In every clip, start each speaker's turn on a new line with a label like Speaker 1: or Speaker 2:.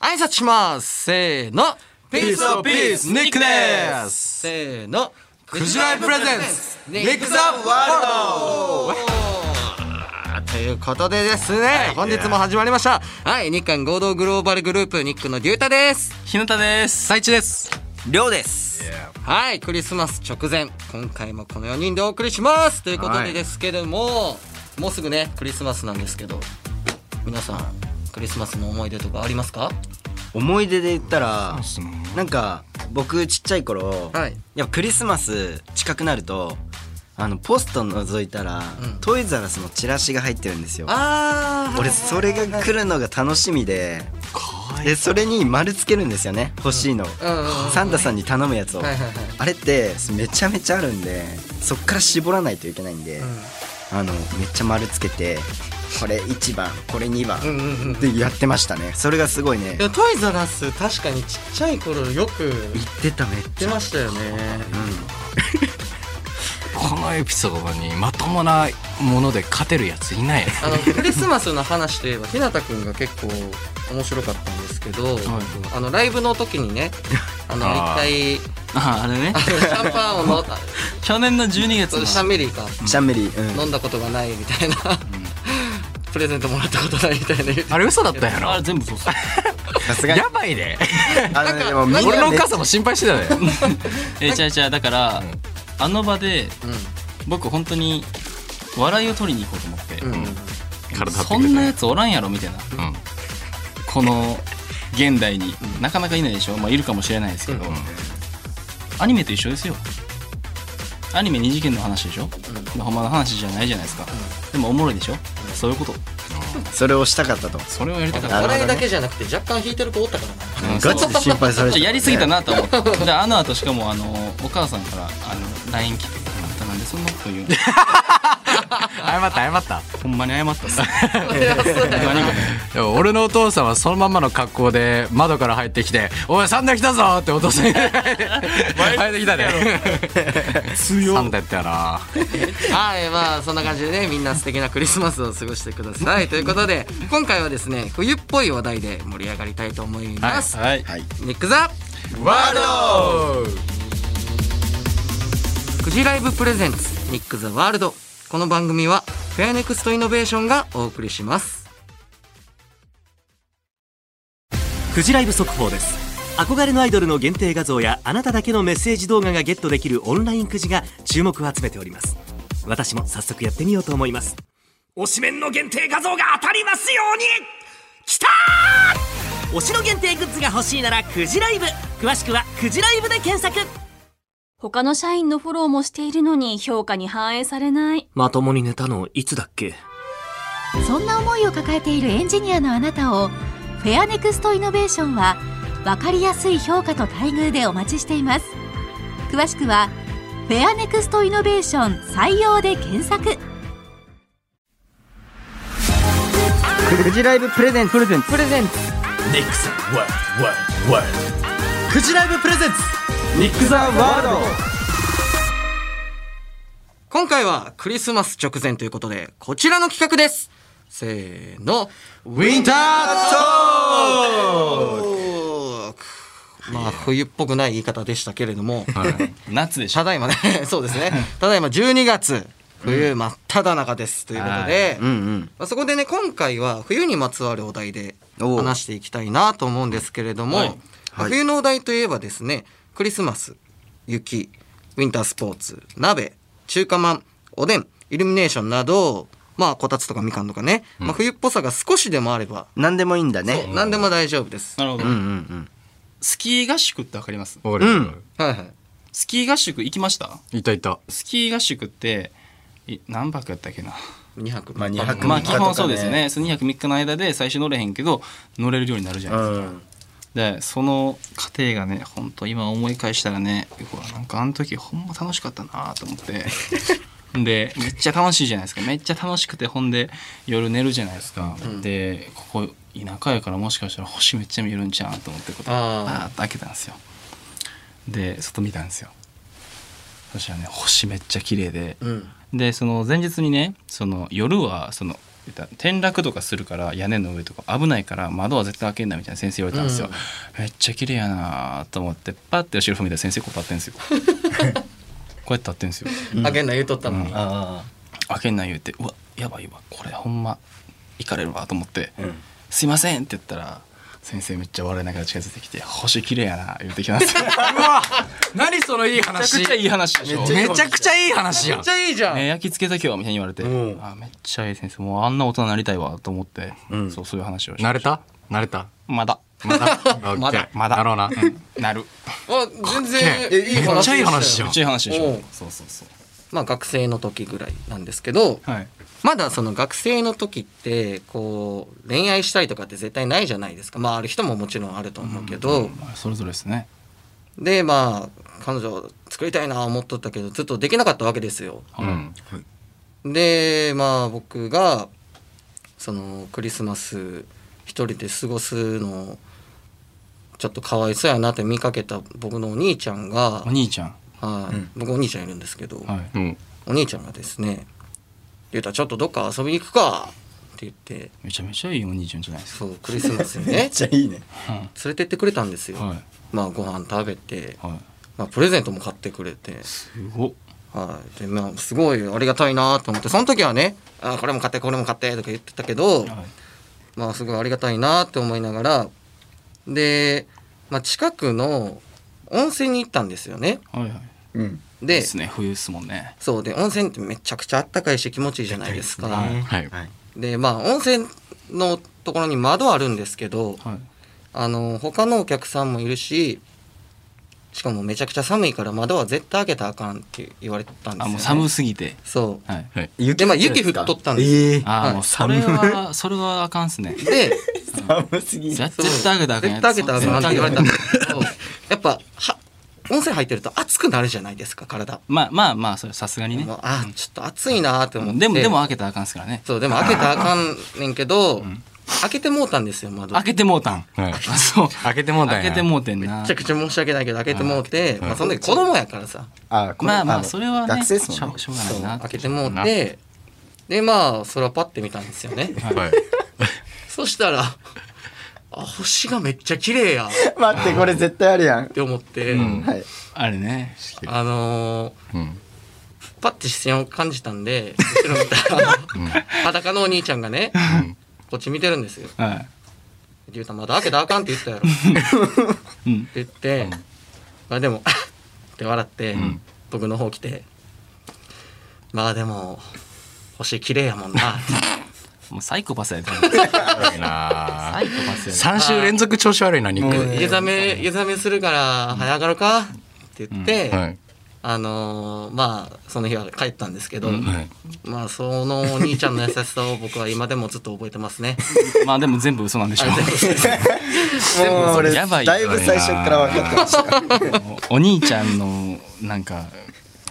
Speaker 1: 挨拶しますせーの
Speaker 2: ピースオブピースニックです
Speaker 1: せーの
Speaker 2: クジライプレゼンスニックザワ
Speaker 1: ールドということでですね、本日も始まりましたはい日韓合同グローバルグループニックの牛太です
Speaker 2: 日向です
Speaker 1: 最中です
Speaker 3: りょうです
Speaker 1: はいクリスマス直前今回もこの4人でお送りしますということ
Speaker 2: は
Speaker 1: で
Speaker 2: い
Speaker 1: ですけども、もうすぐねクリスマスなんですけど皆さんクリスマスの思い出とかありますか
Speaker 3: 思い出で言ったら
Speaker 2: すね
Speaker 3: なんか僕ちっちゃい頃、
Speaker 1: はい
Speaker 3: やっぱクリスマス近くなるとあのポスト覗いたら、
Speaker 1: うん
Speaker 3: トイザらスのチラシが入ってるんですよ
Speaker 1: あー
Speaker 3: 俺それが来るのが楽しみででそれに丸つけるんですよね欲しいの、
Speaker 1: うんうんうんうん
Speaker 3: サンタさんに頼むやつを、
Speaker 1: はいはいはい
Speaker 3: あれってめちゃめちゃあるんでそっから絞らないといけないんで、あのめっちゃ丸つけてこれ1番これ2番、
Speaker 1: うんうんうん
Speaker 3: でやってましたねそれがすごいね
Speaker 1: いやトイザらス確かにちっちゃい頃よく
Speaker 3: 言
Speaker 1: 行っ
Speaker 3: ってためっちゃ
Speaker 1: てましたよね
Speaker 2: このエピソードにまともなもので勝てるやついないよ
Speaker 1: あのクリスマスの話といえばひなたくんが結構面白かったんですけど、あのライブの時にねあの
Speaker 2: あ
Speaker 1: 一
Speaker 4: ああれね
Speaker 1: 回あのシャンパンを の
Speaker 4: 去年の12月の
Speaker 1: シャンメリーか
Speaker 3: シャンメリー、うん、
Speaker 1: 飲んだことがないみたいな、プレゼントもらったことないみたいな
Speaker 2: あれ嘘だったんや
Speaker 4: あ
Speaker 2: ろ
Speaker 4: れ全部そうっす
Speaker 3: さすがに
Speaker 2: やばいで
Speaker 1: な
Speaker 3: あの
Speaker 1: んか
Speaker 3: ねでもみんな
Speaker 1: 俺
Speaker 2: 俺
Speaker 3: ね
Speaker 2: のお母さんも心配してたね
Speaker 4: え違う違うだから、あの場で
Speaker 1: う
Speaker 4: 僕本当に笑いを取りに行こうと思って、
Speaker 1: んうん、
Speaker 2: 体張ってくれた
Speaker 4: そんなやつおらんやろみたいな
Speaker 2: うん
Speaker 4: この現代に、なかなかいないでしょ、まあ、いるかもしれないですけど、アニメと一緒ですよアニメ二次元の話でしょ、まあほんまの話じゃないじゃないですか、でもおもろいでしょ、そういうこと
Speaker 3: それをしたかったと
Speaker 4: それをやりたかった
Speaker 3: なるほどね
Speaker 1: 笑いだけじゃなくて若干引いてる子おったからな
Speaker 4: うん
Speaker 3: ガチで心配されて
Speaker 4: ちょっとやりすぎた
Speaker 3: な
Speaker 4: なと思ってであの後しかもあのお母さんからあの LINE 来て「あんたなんでそんなこと言う の?」
Speaker 2: 謝った謝った
Speaker 4: ほんまに 謝ったっす
Speaker 1: それはそうだよな
Speaker 2: でも俺のお父さんはそのまんまの格好で窓から入ってきて「おいサンダー来たぞ!」ってお父さ んに入ってきたね強サンダーやったよな
Speaker 1: はい、まあそんな感じでねみんな素敵なクリスマスを過ごしてください。ということで今回はですね冬っぽい話題で盛り上がりたいと思います。
Speaker 4: はい
Speaker 3: はい
Speaker 1: ニックザ
Speaker 2: ワールド
Speaker 1: 9時ライブプレゼンツニックザワールドこの番組はフェアネクストイノベーションがお送りします。
Speaker 5: 9時ライブ速報です憧れのアイドルの限定画像やあなただけのメッセージ動画がゲットできるオンラインくじが注目を集めております私も早速やってみようと思います推しメンの限定画像が当たりますようにきたー推しの限定グッズが欲しいなら9時ライブ詳しくは9時ライブで検索
Speaker 6: 他の社員のフォローもしているのに評価に反映されない。
Speaker 5: まともに寝たのいつだっけ
Speaker 7: そんな思いを抱えているエンジニアのあなたをフェアネクストイノベーションは分かりやすい評価と待遇でお待ちしています詳しくは「フェアネクストイノベーション採用」で検索
Speaker 3: くじライブプレゼンプレゼン
Speaker 1: プレゼンツ
Speaker 3: くじライブプレゼンツニック・ザ・ワールド
Speaker 1: 今回はクリスマス直前ということでこちらの企画です。せーの
Speaker 2: ウィンター
Speaker 1: まあ冬っぽくない言い方でしたけれども。
Speaker 4: 夏でしょ
Speaker 1: ただいまね そうですねただいま12月冬真っ只中ですということで、
Speaker 3: うんうん
Speaker 1: まあ、そこでね今回は冬にまつわるお題で
Speaker 3: おう
Speaker 1: 話していきたいなと思うんですけれども、
Speaker 4: はい
Speaker 1: まあ冬のお題といえばですねクリスマス雪ウィンタースポーツ鍋中華まんおでんイルミネーションなどまあこたつとかみかんとかね、まあ、冬っぽさが少しでもあれば、
Speaker 3: 何でもいいんだね
Speaker 1: 何でも大丈夫です。
Speaker 4: なるほど、
Speaker 3: うんうん
Speaker 4: スキー合宿ってわかります
Speaker 2: わかるわかる
Speaker 1: はいはい
Speaker 4: スキー合宿行きました
Speaker 2: いたいた
Speaker 4: スキー合宿ってい何泊やったっけな
Speaker 1: 2泊、
Speaker 3: まあ二泊
Speaker 4: まあ基本そうですよねその2泊3日の間で最初乗れへんけど乗れるようになるじ
Speaker 3: う
Speaker 4: ゃないですか、
Speaker 3: ん
Speaker 4: でその過程がねほんと今思い返したらねうわなんかあの時ほんま楽しかったなと思って でめっちゃ楽しいじゃないですかめっちゃ楽しくてほんで夜寝るじゃないですか、でここ田舎やからもしかしたら星めっちゃ見えるんちゃうと思ってこう
Speaker 1: あー
Speaker 4: バーッと開けたんですよで外見たんですよそしたらね星めっちゃ綺麗で、
Speaker 1: うん
Speaker 4: でその前日にねその夜はその言ったら転落とかするから屋根の上とか危ないから窓は絶対開けんなみたいな先生言われたんですよ、めっちゃ綺麗やなと思ってパッて後ろ踏みたら先生こう立ってんですよこうやって立ってんですよ
Speaker 1: あげんな言うとったのに、
Speaker 4: うん
Speaker 3: あ
Speaker 4: 開けんない言うてうわやばいわこれほんま行かれるわと思って
Speaker 3: あうん
Speaker 4: 「すいません」って言ったら先生めっちゃ笑いながら近づいてきて「星綺麗やな」言うてきたんですよ
Speaker 2: 何そのいい
Speaker 4: めち
Speaker 2: 話
Speaker 4: ゃくちゃいい話でしょ
Speaker 2: めちゃくちゃいい話や
Speaker 1: め
Speaker 2: ん
Speaker 1: っちゃいいじゃん、
Speaker 4: ね、焼き付けたけよみたいに言われて、
Speaker 1: うん
Speaker 4: あめっちゃいい先生もうあんな大人になりたいわと思って、
Speaker 3: ん
Speaker 4: そうそういう話をして
Speaker 2: 慣れた慣れた
Speaker 4: まだ
Speaker 2: ま だ
Speaker 4: まだまだ
Speaker 2: だろうな
Speaker 4: なる
Speaker 1: あ全然
Speaker 2: かっけえ
Speaker 1: いい話でしたよ
Speaker 2: めっちゃいい話じ ゃん
Speaker 4: うちい話でし
Speaker 1: う
Speaker 4: ょ
Speaker 1: ん
Speaker 4: そうそうそう
Speaker 1: まあ学生の時ぐらいなんですけど
Speaker 4: はい
Speaker 1: まだその学生の時ってこう恋愛したいとかって絶対ないじゃないですかまあある人ももちろんあると思うけど、
Speaker 4: まあそれぞれですね
Speaker 1: でまあ彼女作りたいな思っとったけどずっとできなかったわけですよ。
Speaker 2: うん
Speaker 1: でまあ僕がそのクリスマス一人で過ごすのちょっとかわいそうやなって見かけた僕のお兄ちゃんが
Speaker 4: お、兄ちゃん
Speaker 1: はい僕お兄ちゃんいるんですけど、
Speaker 4: はい
Speaker 2: うん
Speaker 1: お兄ちゃんがですね「言うたらちょっとどっか遊びに行くか」って言って
Speaker 4: めちゃめちゃいいお兄ちゃんじゃないです
Speaker 1: そうクリスマスに
Speaker 3: め
Speaker 1: ね
Speaker 3: っちゃいいね
Speaker 4: か、うん
Speaker 1: 連れてってくれたんですよ。
Speaker 4: はい
Speaker 1: まあご飯食べて、
Speaker 4: はい
Speaker 1: まあ、プレゼントも買ってくれて、
Speaker 4: すごっ
Speaker 1: はいでまあ、すごいありがたいなと思ってその時はね「あこれも買ってこれも買って」とか言ってたけど、
Speaker 4: はい
Speaker 1: まあ、すごいありがたいなって思いながらで、まあ、近くの温泉に行ったんですよね。
Speaker 4: はいはい
Speaker 3: うん
Speaker 1: で
Speaker 4: ですね冬ですもんね
Speaker 1: そうで温泉ってめちゃくちゃあったかいし気持ちいいじゃないですか。
Speaker 2: はい
Speaker 3: はい
Speaker 1: でまあ温泉のところに窓あるんですけど
Speaker 4: はい
Speaker 1: あの他のお客さんもいるししかもめちゃくちゃ寒いから窓は絶対開けたらあかんって言われたんですよ、ね、
Speaker 4: あもう寒すぎて
Speaker 1: そう
Speaker 4: はいはい
Speaker 3: 雪
Speaker 1: でまあ雪降っとったんです
Speaker 3: ええ
Speaker 4: あ
Speaker 1: は
Speaker 4: ー
Speaker 1: い
Speaker 4: もうそれは それはあかんっすね
Speaker 1: で
Speaker 3: 寒すぎ
Speaker 4: 絶
Speaker 1: そう
Speaker 4: 絶対あげたらあかんや
Speaker 1: 絶対開けたらあかんって言われたん
Speaker 4: 絶対あげたらあかん
Speaker 1: ですけどやっぱは温泉入ってると熱くなるじゃないですか体、
Speaker 4: まあまあまあそれさすがにね
Speaker 1: もうあちょっと暑いなーって思って
Speaker 4: でもでも開けたらあかんっすからね
Speaker 1: そうでも開けたらあかんねんけど、開けてもうたんですよ窓
Speaker 4: 開けてもうたん
Speaker 2: はい
Speaker 4: あ そう
Speaker 2: 開けてもうたんや
Speaker 4: 開けてもうてん
Speaker 1: めっ
Speaker 4: な
Speaker 1: ちゃくちゃ申し訳ないけど開けてもうて、まあ、その時子供やからさ
Speaker 3: あこれ
Speaker 4: まあまあ
Speaker 3: の
Speaker 4: それはね
Speaker 3: 学生ですもんね
Speaker 4: しょうしょう
Speaker 1: そう
Speaker 4: がないな
Speaker 1: 開けてもうてでまあ空パッて見たんですよ ね
Speaker 2: はい
Speaker 1: そしたらあ星がめっちゃ綺麗やっ
Speaker 3: 待ってこれ絶対あるやん
Speaker 1: て思って、
Speaker 4: うん
Speaker 3: はい
Speaker 4: あれね
Speaker 1: あのー
Speaker 2: うん
Speaker 1: パッて視線を感じたん で後ろ見たら、裸のお兄ちゃんがね、こっち見てるんですよ
Speaker 4: はい
Speaker 1: 「竜太まだ開けたらあかん」って言ったやろ
Speaker 4: う
Speaker 1: っ
Speaker 4: ん
Speaker 1: て言って、まあでもって笑って、
Speaker 2: ん
Speaker 1: 僕の方来て「まあでも星綺麗やもんな」
Speaker 4: もうサイコパスやで
Speaker 2: いいな
Speaker 4: サイコパ スやで
Speaker 2: 3週連続調子悪いなニック
Speaker 1: 湯冷め湯冷めするから早上がるか?」って言って、
Speaker 2: はい
Speaker 1: あのーまあその日は帰ったんですけど、
Speaker 2: はい
Speaker 1: まあそのお兄ちゃんの優しさを僕は今でもずっと覚えてますね。
Speaker 4: まあでも全部嘘なんでしょ
Speaker 3: もう俺
Speaker 4: やばい
Speaker 3: だいぶ最初から分かってました
Speaker 4: うお兄ちゃんのなんか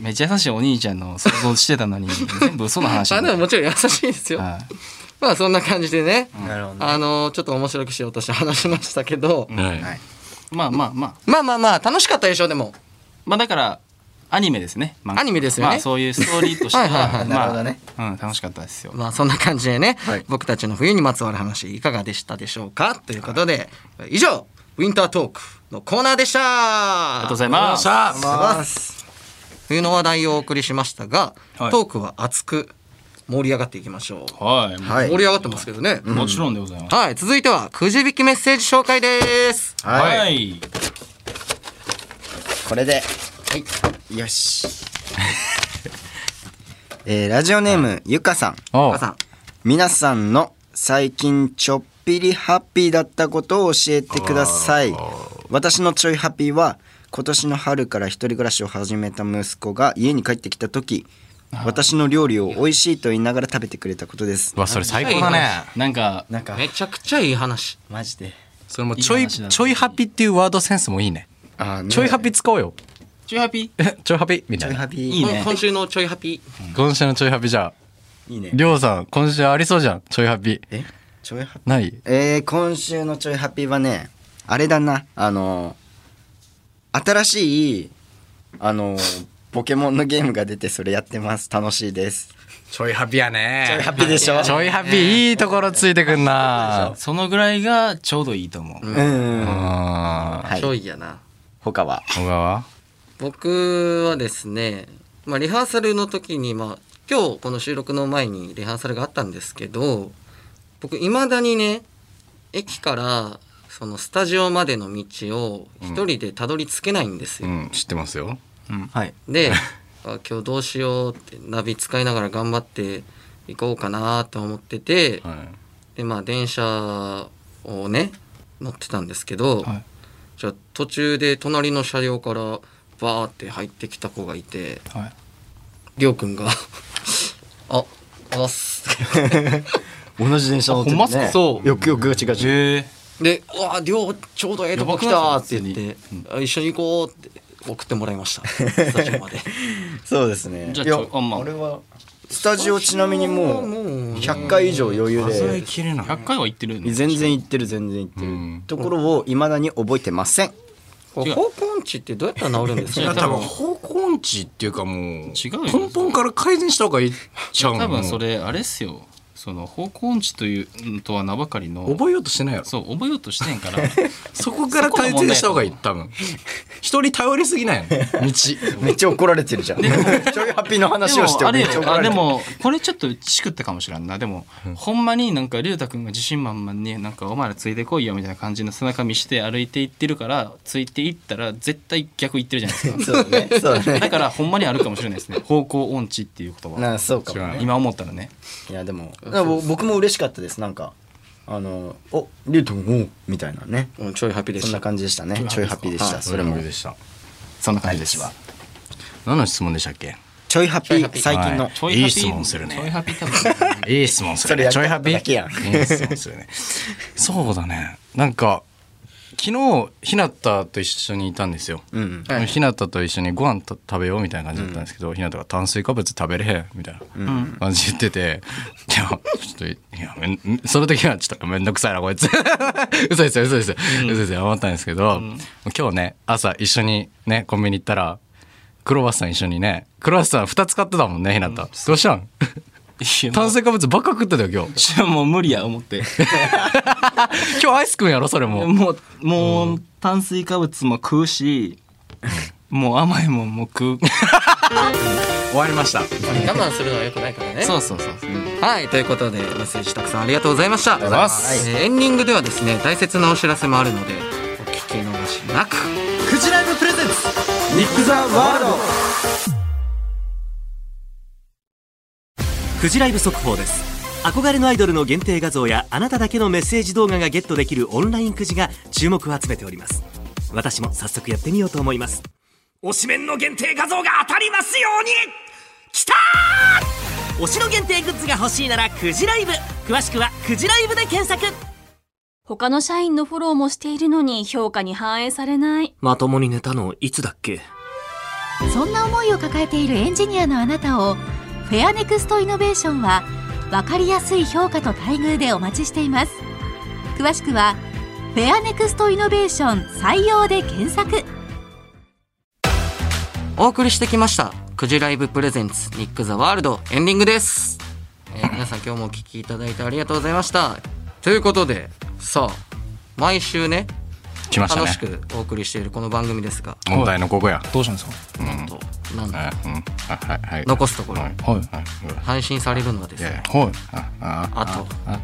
Speaker 4: めっちゃ優しいお兄ちゃんの想像してたのに全部嘘の話
Speaker 1: あでももちろん優しいですよ。
Speaker 4: はい
Speaker 1: まあそんな感じでね、
Speaker 3: なるほど
Speaker 1: あのーちょっと面白くしようとして話しましたけど、
Speaker 2: はい
Speaker 4: まあまあまあ
Speaker 1: まあまあまあ楽しかったでしょでも。
Speaker 4: まあだからアニメですね漫画
Speaker 1: アニメですよね
Speaker 4: まあそういうストーリーとしては
Speaker 1: は いはいはい
Speaker 4: まあ
Speaker 3: なるほどね
Speaker 4: うん楽しかったですよ
Speaker 1: まあそんな感じでね、
Speaker 3: はい
Speaker 1: 僕たちの冬にまつわる話いかがでしたでしょうかということで、以上ウィンタートークのコーナーでした
Speaker 4: ありがとうございます
Speaker 2: さあ
Speaker 3: ます
Speaker 1: 冬の話題をお送りしましたが、
Speaker 4: はい
Speaker 1: トークは熱く盛り上がっていきましょう、
Speaker 4: はい、
Speaker 3: はい
Speaker 1: 盛り上がってますけどね、
Speaker 4: もちろんでございます
Speaker 1: はい続いてはくじ引きメッセージ紹介です
Speaker 3: はい、
Speaker 4: い
Speaker 3: これで
Speaker 1: はい
Speaker 3: よし えーラジオネーム、ゆかさん
Speaker 2: お
Speaker 1: 母さん
Speaker 3: 皆さんの最近ちょっぴりハッピーだったことを教えてください私のちょいハッピーは今年の春から一人暮らしを始めた息子が家に帰ってきた時私の料理を美味しいと言いながら食べてくれたことです
Speaker 2: うわそれ最高だね
Speaker 4: なんか
Speaker 3: なんか
Speaker 1: めちゃくちゃいい話
Speaker 3: マジで
Speaker 2: それもちょ
Speaker 4: いい
Speaker 2: い
Speaker 4: 話だな
Speaker 2: ちょいハッピーっていうワードセンスもいいね
Speaker 3: あーね
Speaker 2: ちょいハピ使おうよ
Speaker 4: チューハピ
Speaker 2: ちょいハピみ
Speaker 3: ち
Speaker 2: た
Speaker 3: ょ
Speaker 2: い
Speaker 3: い
Speaker 2: な
Speaker 3: ハピー
Speaker 4: いいね
Speaker 1: 今週のちょいハピ
Speaker 2: 今週のちょいハピじゃあ
Speaker 3: いいね
Speaker 2: りょうさん今週ありそうじゃんちょいハピ
Speaker 3: えちょいハ
Speaker 2: ない
Speaker 3: えー、今週のちょいハッピーはねあれだなあの新しいあのポケモンのゲームが出てそれやってます楽しいです
Speaker 2: ちょいハッピーやね。ちょい
Speaker 3: ハッピーでしょ
Speaker 2: ハッピーいいところついてくんな。
Speaker 4: そのぐらいがちょうどいいと思う、
Speaker 3: うん
Speaker 2: あ
Speaker 3: はい
Speaker 1: ちょいやな
Speaker 3: 他は
Speaker 2: ー小川
Speaker 1: 僕はですね、まあ、リハーサルの時に、まあ、今日この収録の前にリハーサルがあったんですけど僕いまだにね駅からそのスタジオまでの道を一人でたどり着けないんです
Speaker 2: う
Speaker 1: よ。
Speaker 2: ん、知ってますよ。
Speaker 3: はい
Speaker 1: で あ今日どうしようってナビ使いながら頑張って行こうかなと思ってて、
Speaker 2: は
Speaker 1: でまあ電車をね乗ってたんですけど、
Speaker 4: はい
Speaker 1: じゃあ途中で隣の車両からバーって入ってきた子がいて
Speaker 4: はい、
Speaker 1: りょうくんが 「ああっす」
Speaker 3: 同じ電車乗ってるね
Speaker 4: あほんまっすかそう
Speaker 3: よくよく違う違う
Speaker 4: え
Speaker 1: で「うわりょうちょうどええとこ来た」って言って「あ一緒に行こう」って送ってもらいましたスタジオまで
Speaker 3: そうですね
Speaker 4: じゃあ
Speaker 3: いや
Speaker 4: ちょあんま
Speaker 3: 俺はスタジオちなみにも
Speaker 1: も
Speaker 3: う
Speaker 1: う
Speaker 3: 100回以上余裕
Speaker 2: い。
Speaker 3: で
Speaker 2: きれな
Speaker 4: 100回は行ってるん
Speaker 3: 全然行ってる全然行ってる、
Speaker 2: うん
Speaker 3: ところを未だに覚えてません
Speaker 1: これ
Speaker 4: 違う
Speaker 1: 方向音痴ってどうやったら治るんです
Speaker 4: 違
Speaker 1: か
Speaker 4: う
Speaker 1: ね
Speaker 2: 多分方向音痴っていうかもう
Speaker 4: 違うよ
Speaker 2: 根本から改善した方がいいちゃうの
Speaker 4: 多分それあれっすよその方向音痴というのとは名ばかりの
Speaker 2: 覚えようとしてないやろ
Speaker 4: そう覚えようとし てんから
Speaker 2: そこから改善した方がいい多分人に頼りすぎないの道
Speaker 3: めっちゃ怒られてるじゃんちょいハッピーの話をして
Speaker 4: でもあれ
Speaker 3: めっ
Speaker 4: よ
Speaker 3: ちゃ怒ら
Speaker 4: あ
Speaker 3: れて
Speaker 4: で
Speaker 3: る
Speaker 4: もこれちょっとしくったかもしらんなでも、ほんまになんか龍太君が自信満々になんかお前らついてこいよみたいな感じの背中見して歩いていってるからついていったら絶対逆行ってるじゃないです か
Speaker 3: そうだねそうだね
Speaker 4: だからほんまにあるかもしれないですね方向音痴っていう言葉
Speaker 3: なあそうかもね
Speaker 4: 今思ったらね
Speaker 3: いやでもなんか僕も嬉しかったですなんかあの「おリュウトンおみたいなね
Speaker 1: うんちょいハッピーで
Speaker 3: そん
Speaker 1: し
Speaker 3: な
Speaker 1: た
Speaker 3: 感じでしたねちょいハッピーでしたそれも
Speaker 2: でした
Speaker 4: そんな感じですわ
Speaker 2: 何の質問でしたっけ
Speaker 3: ちょいハッピー最近の
Speaker 2: はいいい質問するね
Speaker 4: ちょいハピー多分
Speaker 2: いい質問
Speaker 3: そ
Speaker 2: す
Speaker 3: れ
Speaker 2: るね
Speaker 3: やっ
Speaker 2: ち
Speaker 3: た
Speaker 2: ょいハッピー
Speaker 3: だけやん
Speaker 2: いい質問するねそうだねなんか昨日ひなたと一緒にいたんですよ
Speaker 3: うん
Speaker 1: はい
Speaker 2: ひなたと一緒にご飯た食べようみたいな感じだったんですけど、ひなたが炭水化物食べれへんみたいな感じ言ってて、いや、ちょっと、いや、めん、その時はちょっとめんどくさいな、こいつ。 嘘ですよ、嘘ですよ、嘘ですよ、思ったんですけど、今日ね、朝一緒にね、コンビニ行ったら、クロワッサン一緒にね、クロワッサン2つ買ってたもんね、ひなた。どうしたん炭水化物ばっか食ってたよ、今 日。
Speaker 4: いやもう無理や思って
Speaker 2: 今日アイスくんやろ、それも。
Speaker 4: もうもう炭水化物も食うしもう甘いもんも食う
Speaker 2: 終わりました。
Speaker 1: 我慢するのは良くないからね
Speaker 4: そうそうそうそう
Speaker 1: はいということでメッセージたくさんありがとうございました
Speaker 2: りがとうございます
Speaker 1: えーエンディングではですね大切なお知らせもあるのでお聞き逃しなく
Speaker 3: クジライブプレゼンツニック・ザ・ワールド
Speaker 5: 9時ライブ速報です憧れのアイドルの限定画像やあなただけのメッセージ動画がゲットできるオンラインくじが注目を集めております私も早速やってみようと思います推しメンの限定画像が当たりますようにきたー推しの限定グッズが欲しいなら9時ライブ詳しくは9時ライブで検索
Speaker 6: 他の社員のフォローもしているのに評価に反映されない。
Speaker 5: まともに寝たのいつだっけ
Speaker 7: そんな思いを抱えているエンジニアのあなたをフェアネクストイノベーションは分かりやすい評価と待遇でお待ちしています詳しくはフェアネクストイノベーション採用で検索
Speaker 1: お送りしてきました「くじライブプレゼンツニック・ザ・ワールド」エンディングです、えー皆さん今日もお聞きいただいてありがとうございましたということでさあ毎週ね
Speaker 2: 来ました
Speaker 1: 楽
Speaker 2: ね
Speaker 1: し。くお送りしているこの番組ですが、
Speaker 2: 問題のここや。
Speaker 4: どうしたんですか
Speaker 1: なんとなんと
Speaker 2: はいうんはいはいはい
Speaker 1: 残すところ
Speaker 2: はい
Speaker 4: はい
Speaker 2: はい
Speaker 1: 配信されるのはです
Speaker 2: いやい
Speaker 1: ね
Speaker 2: やはいああ
Speaker 1: あと
Speaker 2: あ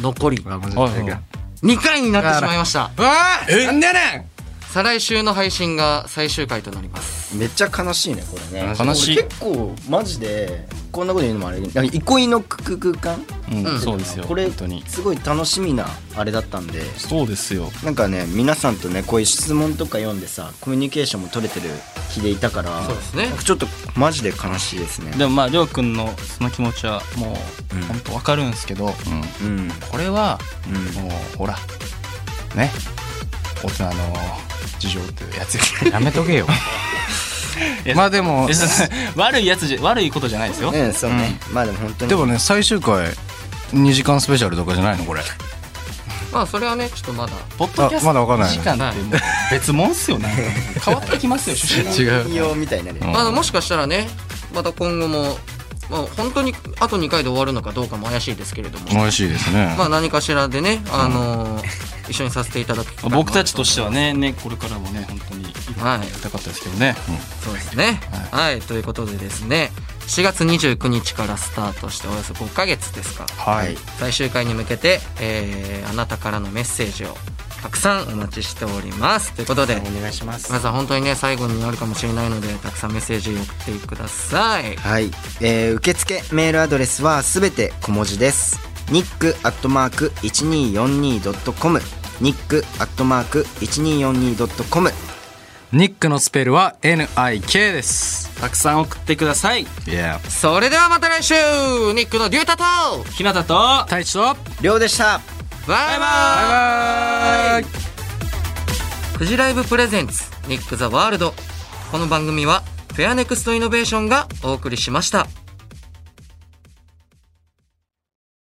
Speaker 1: 残り
Speaker 2: あマジ
Speaker 4: はいはい
Speaker 2: で
Speaker 1: 2回になってしまいました
Speaker 2: うわーなんでやねん
Speaker 1: 再来週の配信が最終回となります
Speaker 3: めっちゃ悲しいねこれね
Speaker 4: 悲しい
Speaker 3: 俺結構マジでこんなこと言うのもあれなんか憩いの空間
Speaker 4: うん、
Speaker 1: うん
Speaker 4: そうですよ
Speaker 3: これ
Speaker 4: 本当に
Speaker 3: すごい楽しみなあれだったんで
Speaker 4: そうですよ
Speaker 3: なんかね皆さんとねこういう質問とか読んでさコミュニケーションも取れてる日でいたから
Speaker 1: そうですね
Speaker 3: なんかちょっとマジで悲しいですね
Speaker 4: でもまありょうくんのその気持ちはもう本当わかるんですけど、
Speaker 3: うんうん
Speaker 4: これはもうほらね大人の事情ってやつ
Speaker 2: やめとけよ
Speaker 4: や
Speaker 2: まあでも
Speaker 4: えそ 悪いやつじゃ悪いことじゃないですよ、
Speaker 3: ねそうね、まあでも本当に
Speaker 2: でもね最終回2時間スペシャルとかじゃないのこれ
Speaker 1: まあそれはねちょっとまだ
Speaker 4: ポッドキャス
Speaker 2: あまだわかん
Speaker 4: ト
Speaker 2: ない
Speaker 4: 時間ってもう別物っすよ ね 変わってきますよ趣旨が
Speaker 2: 違う
Speaker 3: 引用みたいになるよ
Speaker 1: まあ、もしかしたらねまた今後もまあ、本当にあと2回で終わるのかどうかも怪しいですけれども、
Speaker 2: 美味しいですね。
Speaker 1: まあ、何かしらでね、あのー一緒にさせていただく機会もある
Speaker 4: 僕たちとしてはねねこれからもね本当に
Speaker 1: はい
Speaker 4: やりたかったですけどね、
Speaker 1: そうですねはい、ということでですね4月29日からスタートしておよそ5ヶ月ですか
Speaker 2: はい。
Speaker 1: 最終回に向けて、えーあなたからのメッセージをたくさんお待ちしておりますということで
Speaker 3: お願いします
Speaker 1: 皆さん本当にね最後になるかもしれないのでたくさんメッセージ送ってください
Speaker 3: はい、えー受付メールアドレスはすべて小文字ですニックアットマーク 1242.com ニックアットマーク 1242.com
Speaker 2: ニックのスペルは N-I-K です。
Speaker 4: たくさん送ってください
Speaker 2: いや、
Speaker 1: それではまた来週ニックのデュータと
Speaker 4: ひなたと
Speaker 2: 太一と
Speaker 3: りょうでした
Speaker 1: バイバイフジライブプレゼンツニック・ザ・ワールドこの番組はフェアネクストイノベーションがお送りしました。